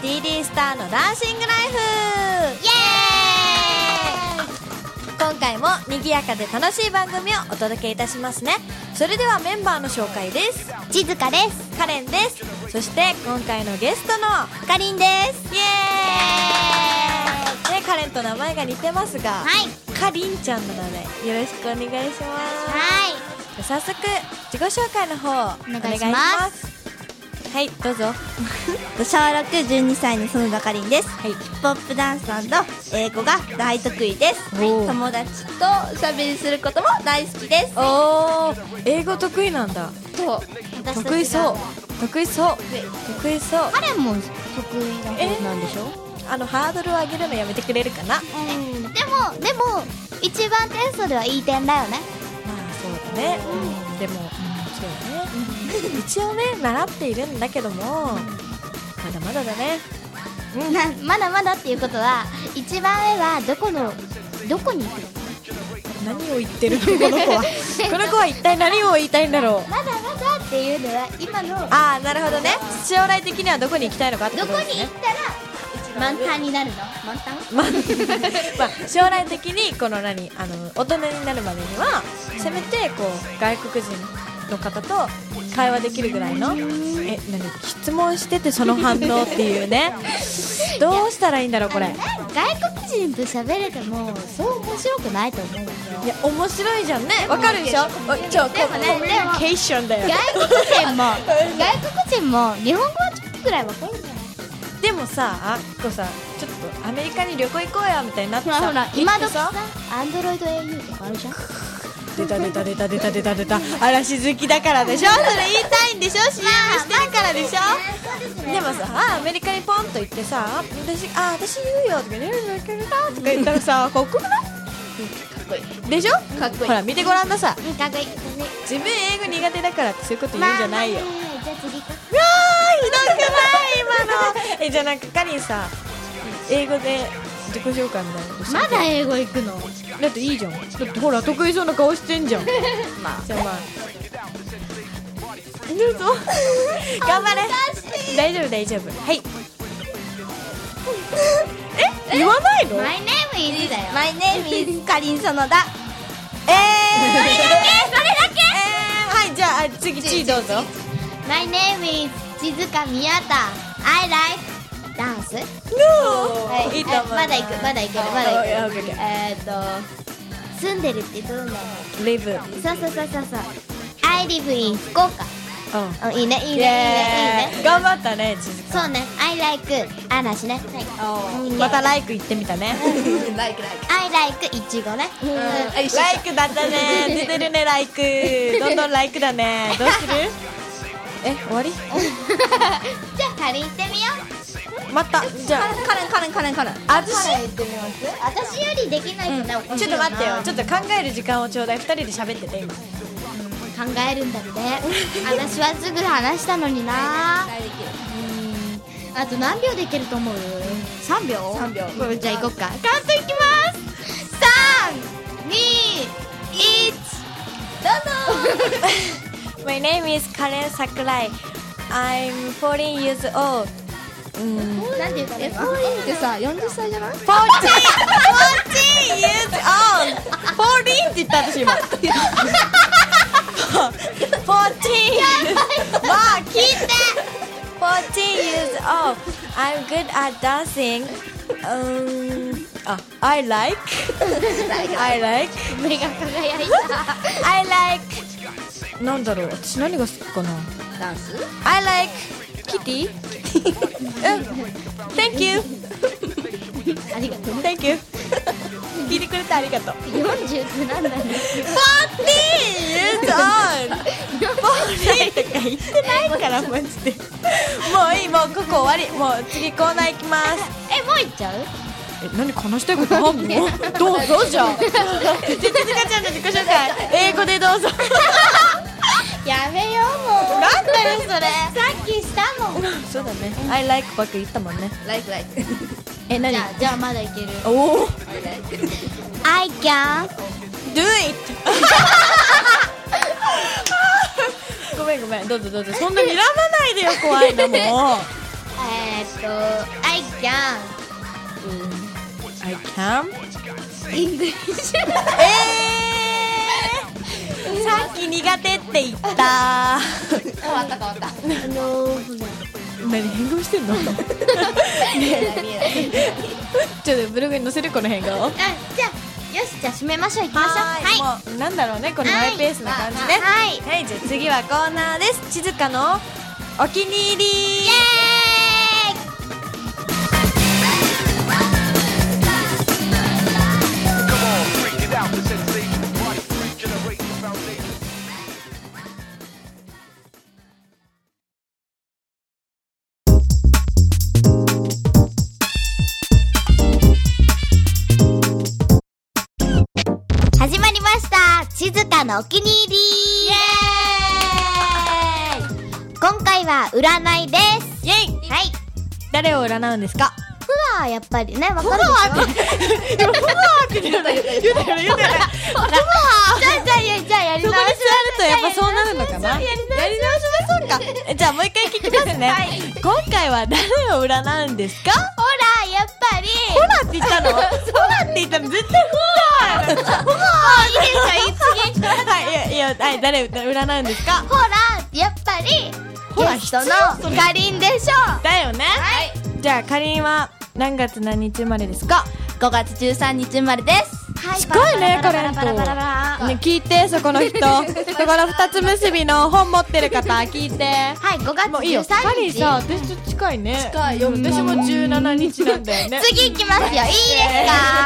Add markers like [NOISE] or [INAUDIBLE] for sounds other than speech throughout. DD スターのダンシングライフイエーイ今回も賑やかで楽しい番組をお届けいたしますねそれではメンバーの紹介です静香ですカレンですそして今回のゲストのかりんですイエーイねカレンと名前が似てますが、はいカリンちゃんなのでよろしくお願いしますはい早速自己紹介の方をお願いしますはいどうぞ小6、12歳に住むばかりんです。はいヒップホップダンス英語が大得意です。おー友達とおしゃべりすることも大好きです。おー英語得意なんだと私得意そう得意そう得意そう彼も得意な方なんでしょ、あのハードルを上げるのやめてくれるかなまうんでもでも一番点数ではいい点だよねあそうだね、でも、そうだね、一応ね習っているんだけどもまだまだだねなまだまだっていうことは一番上はどこのどこに行くの何を言ってるのこの子は [LAUGHS] この子は一体何を言いたいんだろうまだまだっていうのは今のああなるほどね将来的にはどこに行きたいのかってどことこですに行ねったら満タンになるの満タンまあまあ、将来的にこの何あの大人になるまでにはせめてこう外国人の方と会話できるぐらいのえ何質問しててその反応っていうねどうしたらいいんだろうこれい外国人と喋れてもそう面白くないと思うんだよや面白いじゃんねわかるでしょおちょコでもねコミュニケーションだよ外国人も外国人も日本語はちょっとぐらいわかるんじゃないでもさこうさちょっとアメリカに旅行行こうよみたいになってほらさほら今時行ってささアンドロイド au とかあるじゃん出た出た出た出た出た出た嵐好きだからでしょそれ言いたいんでしょ CM してるからでしょ、でもさあアメリカにポンと行ってさあ私あ私言うよとか言うとか言ったらさかっこよくないでしょかっこいいほら見てごらんなさいうんかっこいいかっこいい自分英語苦手だからってそういうこと言うんじゃないよ、まあまあまあじゃあ次行こうわーひどくない今のえじゃあなんかかりんさ英語で自己紹介みたいなことしうてまだ英語行くのだっていいじゃんだってほら得意そうな顔してんじゃん [LAUGHS] まあじゃ [LAUGHS] あまあどうぞ頑張れ大丈夫大丈夫はい [LAUGHS] え言わないの My name is だよマイネームイズかりんそのだ。えー、それだけそれだけえー、はいじゃあ次チーどうぞ My name is 静香宮田 I like dance はいいいいと思うまだ行くまだ行けるまだ行オッけるケーオッケーえーっと住んでるってどうなのレイブうんそうそうそうそうそう I live in 福岡おいいねいいねいいねいいねイエーイ頑張ったね地図そうね I like 嵐ねはいまたライク行ってみたね I like いちごね [LAUGHS] ライクだったね出てるねライクどんどんライクだねどう [LAUGHS] するえ終わ [LAUGHS] りじゃあカリン行ってみようまたじゃカレンカレンカレンカレン。ああずし私よりできないかなちょっと待ってよちょっと考える時間をちょうだい二人で喋ってて今考えるんだって私はすぐ話したのになうーんあと何秒でいけると思う3秒三秒うんじゃあ行こっかカウントいきます321どうぞ My name is Karen Sakurai I'm 14 years old なんて言うかねってさ、40歳じゃない 14, 14 years old 14って言った私今14まあ聞いて14 years old I'm good at dancing um, あ I like [LAUGHS] I like 目が輝い I like なんだろう私何が好きかなダンス I like kitty うん Thank you た [LAUGHS] ありがとう Thank you 聞いてくれてありがとう40ってなんだね40 years old 40とか言ってないからマジでもういいもうここ終わりもう次コーナー行きます [LAUGHS] えもう行っちゃうえ何話したいことあんのどうぞじゃあちちちかちゃんの自己紹介英語でどうぞやめようもうなんだよそれさっきしたもんそうだね I like ばっか言ったもんねライクライク。え何じゃあじゃあまだいけるおお I can Do it [LAUGHS] ごめんごめんどうぞどうぞそんな睨まないでよ怖いなもうえーっっと I can I can English [LAUGHS] えー、さっき苦手って言った変わった変わったあのー何変顔してんのねえちょっとブログに載せるこの変顔あじゃあよしじゃあ締めましょう行きましょうはいもうなんだろうねこのマイペースな感じねはいはいじゃあ次はコーナーです静香のお気に入りイエーイ始まりました静香のお気に入りイエーイ今回は占いですイエイはい誰を占うんですかフラはやっぱりねわかるでしょフラって言うたよね言うたよねじゃあじゃあじゃあやりそこに座る直しとやっぱそうなるのかなやり直しましょうかじゃあもう一回聞きますね、今回は誰を占うんですかほらやっぱりホラーって言ったのホラーって言ったの絶対ホラーほらいいでしょいい次はいいやいやはい誰占うんですかほらやっぱりほらゲスト必要そのれかりんでしょうだよねはいじゃあかりんは何月何日生まれですか5月13日生まれですはいすごいねカレンとね聞いてそこ [LAUGHS] の人そこの二つ結びの本持ってる方聞いてはい5月もういいよか13りん日さ私と近いね近いよ私も17日なんだよ [LAUGHS] ね次行きますよいい [LAUGHS] ですか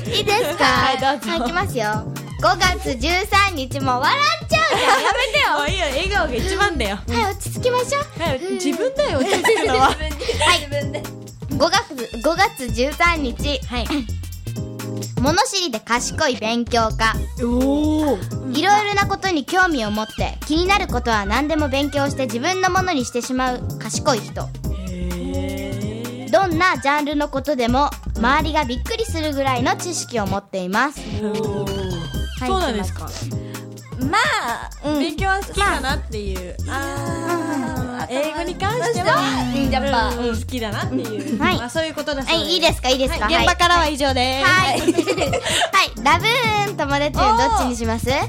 いいですかはいどうぞはい行きますよ5月13日も笑っちゃうやめてよもういいよ笑顔が一番だよじゃんはい落ち着きましょうはい自分だよ落ち着く [LAUGHS] のははい5月5月13日はい [CLEARS THROAT] 物知りで賢い勉強家おおいろいろなことに興味を持って気になることは何でも勉強して自分のものにしてしまう賢い人へどんなジャンルのことでも周りがびっくりするぐらいの知識を持っていますはいそうなんですかまあ、うん、勉強は好きだなっていうあー英語に関してはうんやっぱうんうん好きだなっていうはいまあそういうことだはそういいいですかいいですか、はい現場からは以上で [LAUGHS] すはい。はい。ラブーン、友達運、どっちにしますは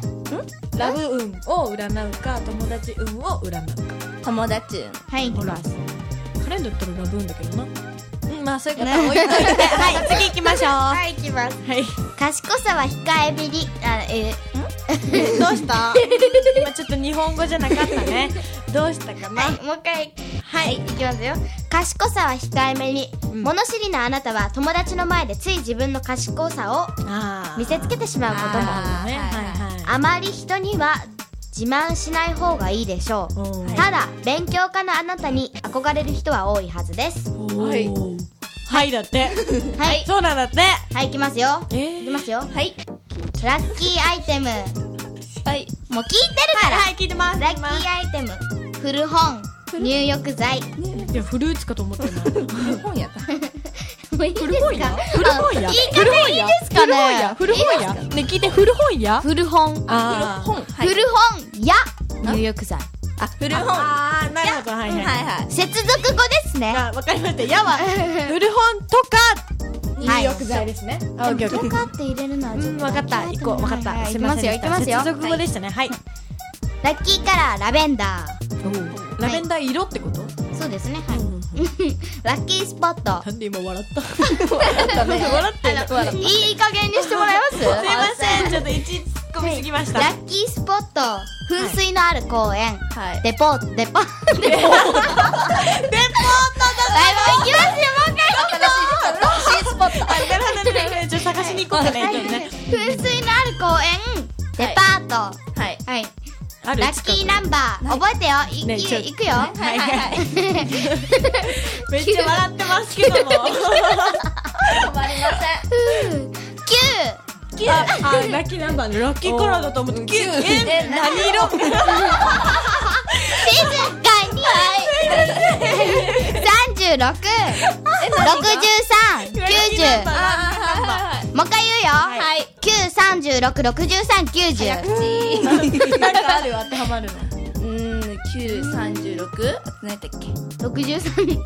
ラブ運を占うか友達運を占うか友達い。、ほらカレンダーだったらラブ運だけどなうんまあそういう方置いといてはい次行きましょうはい行きます。い賢さは控えめに、あ、えー、んどう [LAUGHS] した今ちょっと日本語じゃなかったねどうしたかなはい、もう一回。はい、行きますよ。賢さは控えめに、うん物知りなあなたは友達の前でつい自分の賢さをあー見せつけてしまうことも。あーねはいはいはいあまり人には自慢しない方がいいでしょう。おーただ、勉強家のあなたに憧れる人は多いはずです。はいはいだってはい。そうなんだってはい、行きますよ。えいきますよ。はいラッキーアイテム。もう聞いてるはいから。はい聞いてますラッキーアイテム。古本。入浴剤。いやフルーツかと思ってない日本やったもういいですか古 [LAUGHS] 本屋古本屋あ言い方いいですかね古本屋古本屋ね聞いて古本屋古本。あー本はい古本や。入浴剤。あ古本あーなるほどはいはいはいは接続語ですね。あわかりましたや [LAUGHS] は古本とかはい入浴剤ですねあオッケーオッとケーかって入れるのはうちょんとわかった行こうわかっはいたはい行すいきまますせよん行きますよ接続語でしたねはいラッキーカラーラベンダラベンダー色ってことーそうですねはいラッキースポットなんで今笑っいた [LAUGHS] 笑ってんのあのいい加減にしてもらえますすいませんちょっと一突っ込みすぎましたラッキースポット噴水のある公園はいデポートデポートデポートだもう行きますよもう一回楽しいスポットあなるほどなるほどちょっと探しに行こうかねはいちょっとね噴水のある公園デパートはいはいあるラッキーナンバー覚えてよいねちょいいくよはいはいはい [LAUGHS] めっちゃ笑ってますけども止まりま9ああラッキーナンバーのラッキーカラーだと思ってキューせんえ何色静かに36 63 [LAUGHS] 90あもう一回言うよい9366390ーはいはい何かある当てはまるのうーん936あと何やったっけ63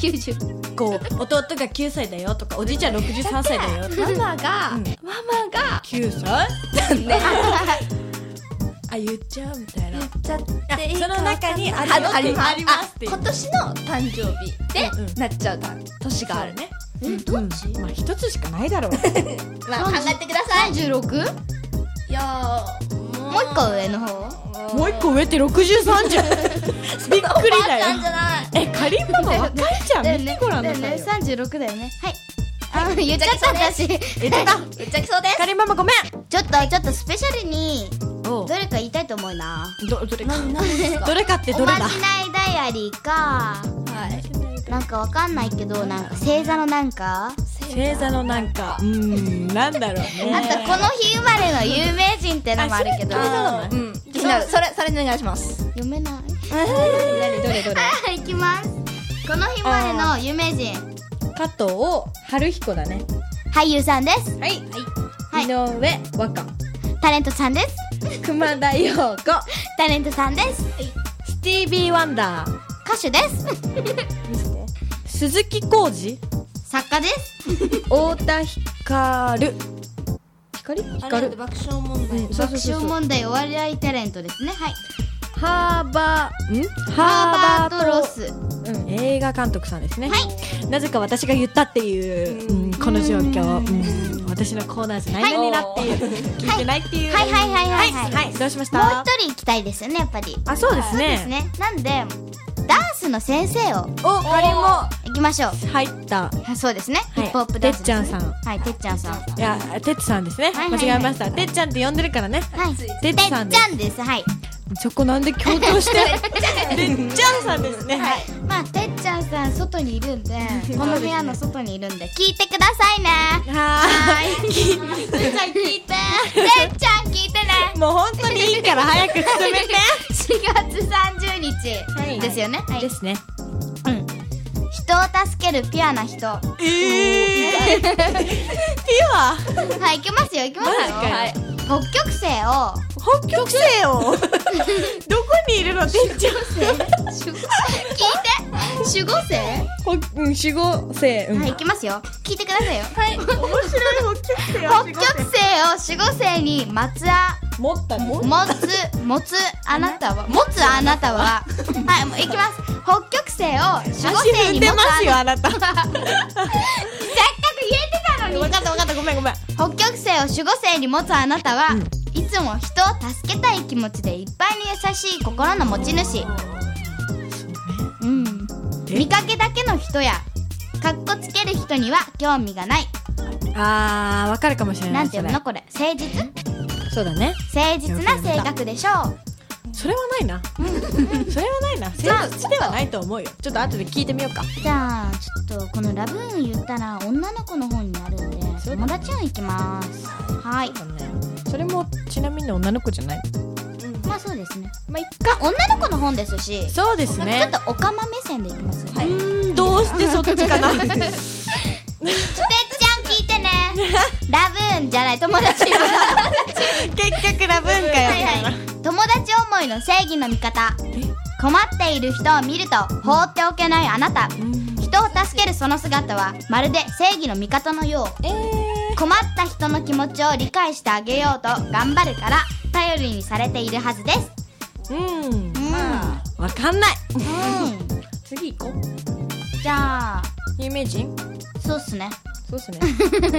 90こう弟が9歳だよとかおじいちゃん63歳だよ [LAUGHS] とかママが、うんママが9歳ねあ言っちゃうみたいなちゃっていいそかの中にああるのありますあありますっていう今年の誕生日でうんうんなっちゃう年があるねねえどっち、まあ一つしかないだろう [LAUGHS] まあ考えてください 36? いやーもう一個上の方もう一個上って63じ [LAUGHS] ゃんびっくりだよおばあちゃんじゃないえカリンママ若いじゃん見てごらんだなよさねいよ36だよねはいあ言っちゃった私 [LAUGHS] ちょっ言ってたぶっちゃけそうですカリンママごめんとちょっとスペシャルにおうどれか言いたいと思うなどどれか何ですかどれかっておどれまじだないダイアリーかはいなんかわかんないけどなんか星座のなんか星座のなんかうーんなんだろうねあと [LAUGHS] この日生まれの有名人ってのもあるけどあうそれん気になるそれそれお願いします読めない何どれどれはい [LAUGHS] 行きますこの日生まれの有名人加藤春彦だね俳優さんですはいはい井上和歌タレントさんです熊田陽子タレントさんですスティービー・ワンダー歌手 [LAUGHS] です鈴木浩二作家です太田光光光爆笑問題そう爆そうそう笑そう問題お笑いタレントですねはいハーバーんハーバートロハスはーバートうん映画監督さんですねいなぜか私が言ったっていう、うんこの状況、うん私のコーナーじゃないのになっていう、聞いてないっていう、はいはいはいはいははいいはいどうしましたもう一人行きたいですよねやっぱりあそうですねですねなんでダンスの先生をおこれも行きましょう入ったあそうですね、ヒいップホップダンスですねてっちゃんさんはいてっちゃんさんはいやてつさんですね、はいはいはい間違えましたてっちゃんって呼んでるからねいてっちゃんですてっちゃんですはいそこなんで強調して [LAUGHS] てっちゃんさんですねはいまあてっちゃんさん外にいるん [LAUGHS] でこの部屋の外にいるんで聞いてくださいね [LAUGHS] ははいてっちゃん聞いて [LAUGHS] てっちゃん聞いてねーいもう本当にいいから早く進めて4月30日、いですよね、はいですねうん、人を助けるピュアな人はえ [LAUGHS] ー、ピュアい行きますよ行きますよマジか北よ極星を [LAUGHS] 北極星を [LAUGHS] どこにいるのてっちゃん守護聞いて守護星はほうん、守護星、うん、い行きますよ聞いてくださいよはい、面白い北北極極星星を守護星に持つあ持ったの持つ持つあなたは持つあなたははいもう行きます北極星を守護足星踏んに持でつますよあ [LAUGHS] あなた分かなたせっかく言えてたのにった分かったごめんごめん北極星を守護星に持つあなたは、うんいつも人を助けたい気持ちでいっぱいに優しい心の持ち主うんえ見かけだけの人やかっこつける人には興味がないあー分かるかもしれなないんていうのこれ誠実それそうだね誠実な性格でしょうそれはない [LAUGHS] なそれはないな誠実ではないと思うよちょっと後で聞いてみようかじゃあちょっとこのラブーン言ったら女の子の方になるんでそう友だね達運いきますはいそれもちなみに女の子じゃないまあそうですねまあいっが女の子の本ですしそうですちょっねとオカマ目線でいきますよ、はいうーんどうしてそっちか [LAUGHS] なてっちゃん聞いてね [LAUGHS] ラブーンじゃ [LAUGHS] ない友達の結局ラブーンかよはいはい友達思いの正義の味方困っている人を見ると放っておけないあなた人を助けるその姿はまるで正義の味方のよう、困った人の気持ちを理解してあげようと頑張るから頼りにされているはずですうんうん、わかんないうん、次行こうじゃあ有名人そうっすねそうっす [LAUGHS] ねこの日生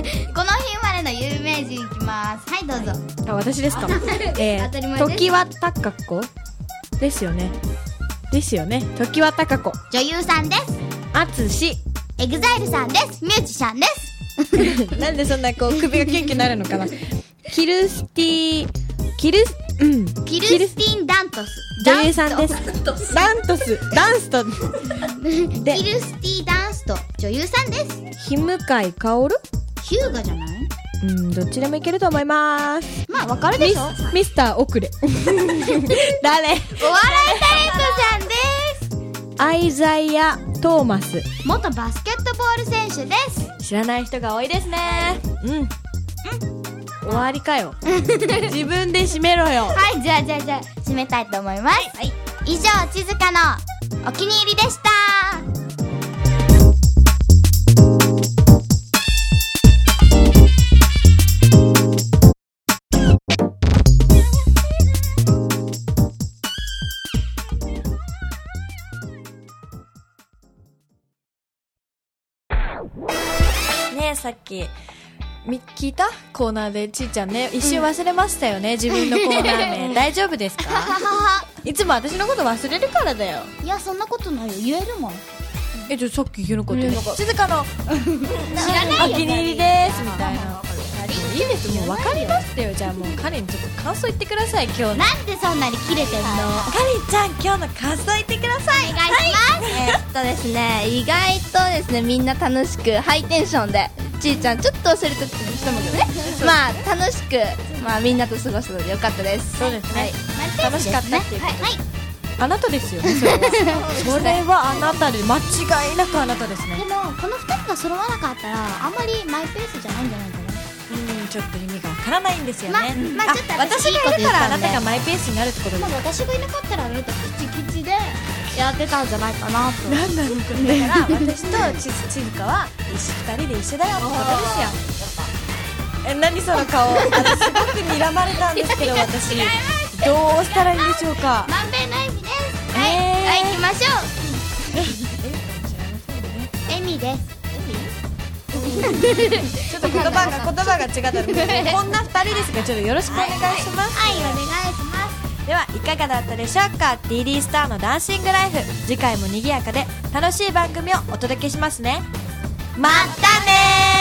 まれの有名人いきますはいどうぞ、あ、[LAUGHS] 私ですか。え当たりー、前です時は高子ですよね。ですよね。時は高子、女優さんですあつし。 [LAUGHS] エグザイルさんですミュージシャンですなんでそんなこう [LAUGHS] 首がキュンキュンなるのかな。キルスティキルス、うん。キルスティン・ダントス女優さんです。ダントス、ダンスと、 [LAUGHS] でキルスティ・ダンスと女優さんですひむかいかおる。ヒューガじゃないうん、どっちでもいけると思います。まあわかるでミしスょお笑い、ミスター遅れ。 [LAUGHS] 誰。タレントさんでアイザイアトーマス。す元バスケットボール選手です知らない人が多いですねうん、うん、終わりか [LAUGHS] よ自分で締めろよはいじゃあじゃあじゃあ締めたいと思います、以上静香のお気に入りでしたねえさっきみ聞いたコーナーでちいちゃんね一瞬忘れましたよね、自分のコーナー [LAUGHS] 名大丈夫ですかいつも私のこと忘れるからだよいやそんなことないよ言えるもんえじゃあさっき言えなかったよ静かの知らおないよ気に入りですみたいな二人いいですもう分かりましたよじゃあもうカレンちょっと感想言ってください今日のなんでそんなに切れてんのかりんちゃん今日の感想言ってくださいお願いします、えーっとですね、意外とですね、みんな楽しくハイテンションで、ちいちゃんちょっと忘れたって人もね、まあ楽しく、まあみんなと過ごすのでよかったです。そうですね、はい楽しかったっていうこはい、はい、とあなたですよねそれはそれはあなたで間違いなくあなたですでねもこの二人が揃わなかったらあんまりマイペースじゃないんじゃないかなうんちょっと意味がわからないんですよね、ままあちょっとあ私私いいことがい言っるかたらあんなでたがマイペースになるってことでまあ私がいなかったらあなたキチキチでやってたんじゃないかなとなんだろうこれだから私とちずち [LAUGHS] ずかは一緒二人で一緒だよってことですよえ何その顔あのすごく睨まれたんですけど私どうしたらいいでしょうかまんべんのエミですはいえーはい行きましょうエミですちょっと言葉が言葉が違ったの [LAUGHS] でこんな二人ですがちょっとよろしくお願いしますはいお願いしますではいかがだったでしょうか TD スターのダンシングライフ次回も賑やかで楽しい番組をお届けしますねまたね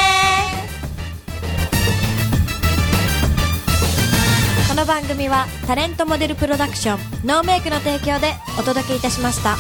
この番組はタレントモデルプロダクションノーメイクの提供でお届けいたしました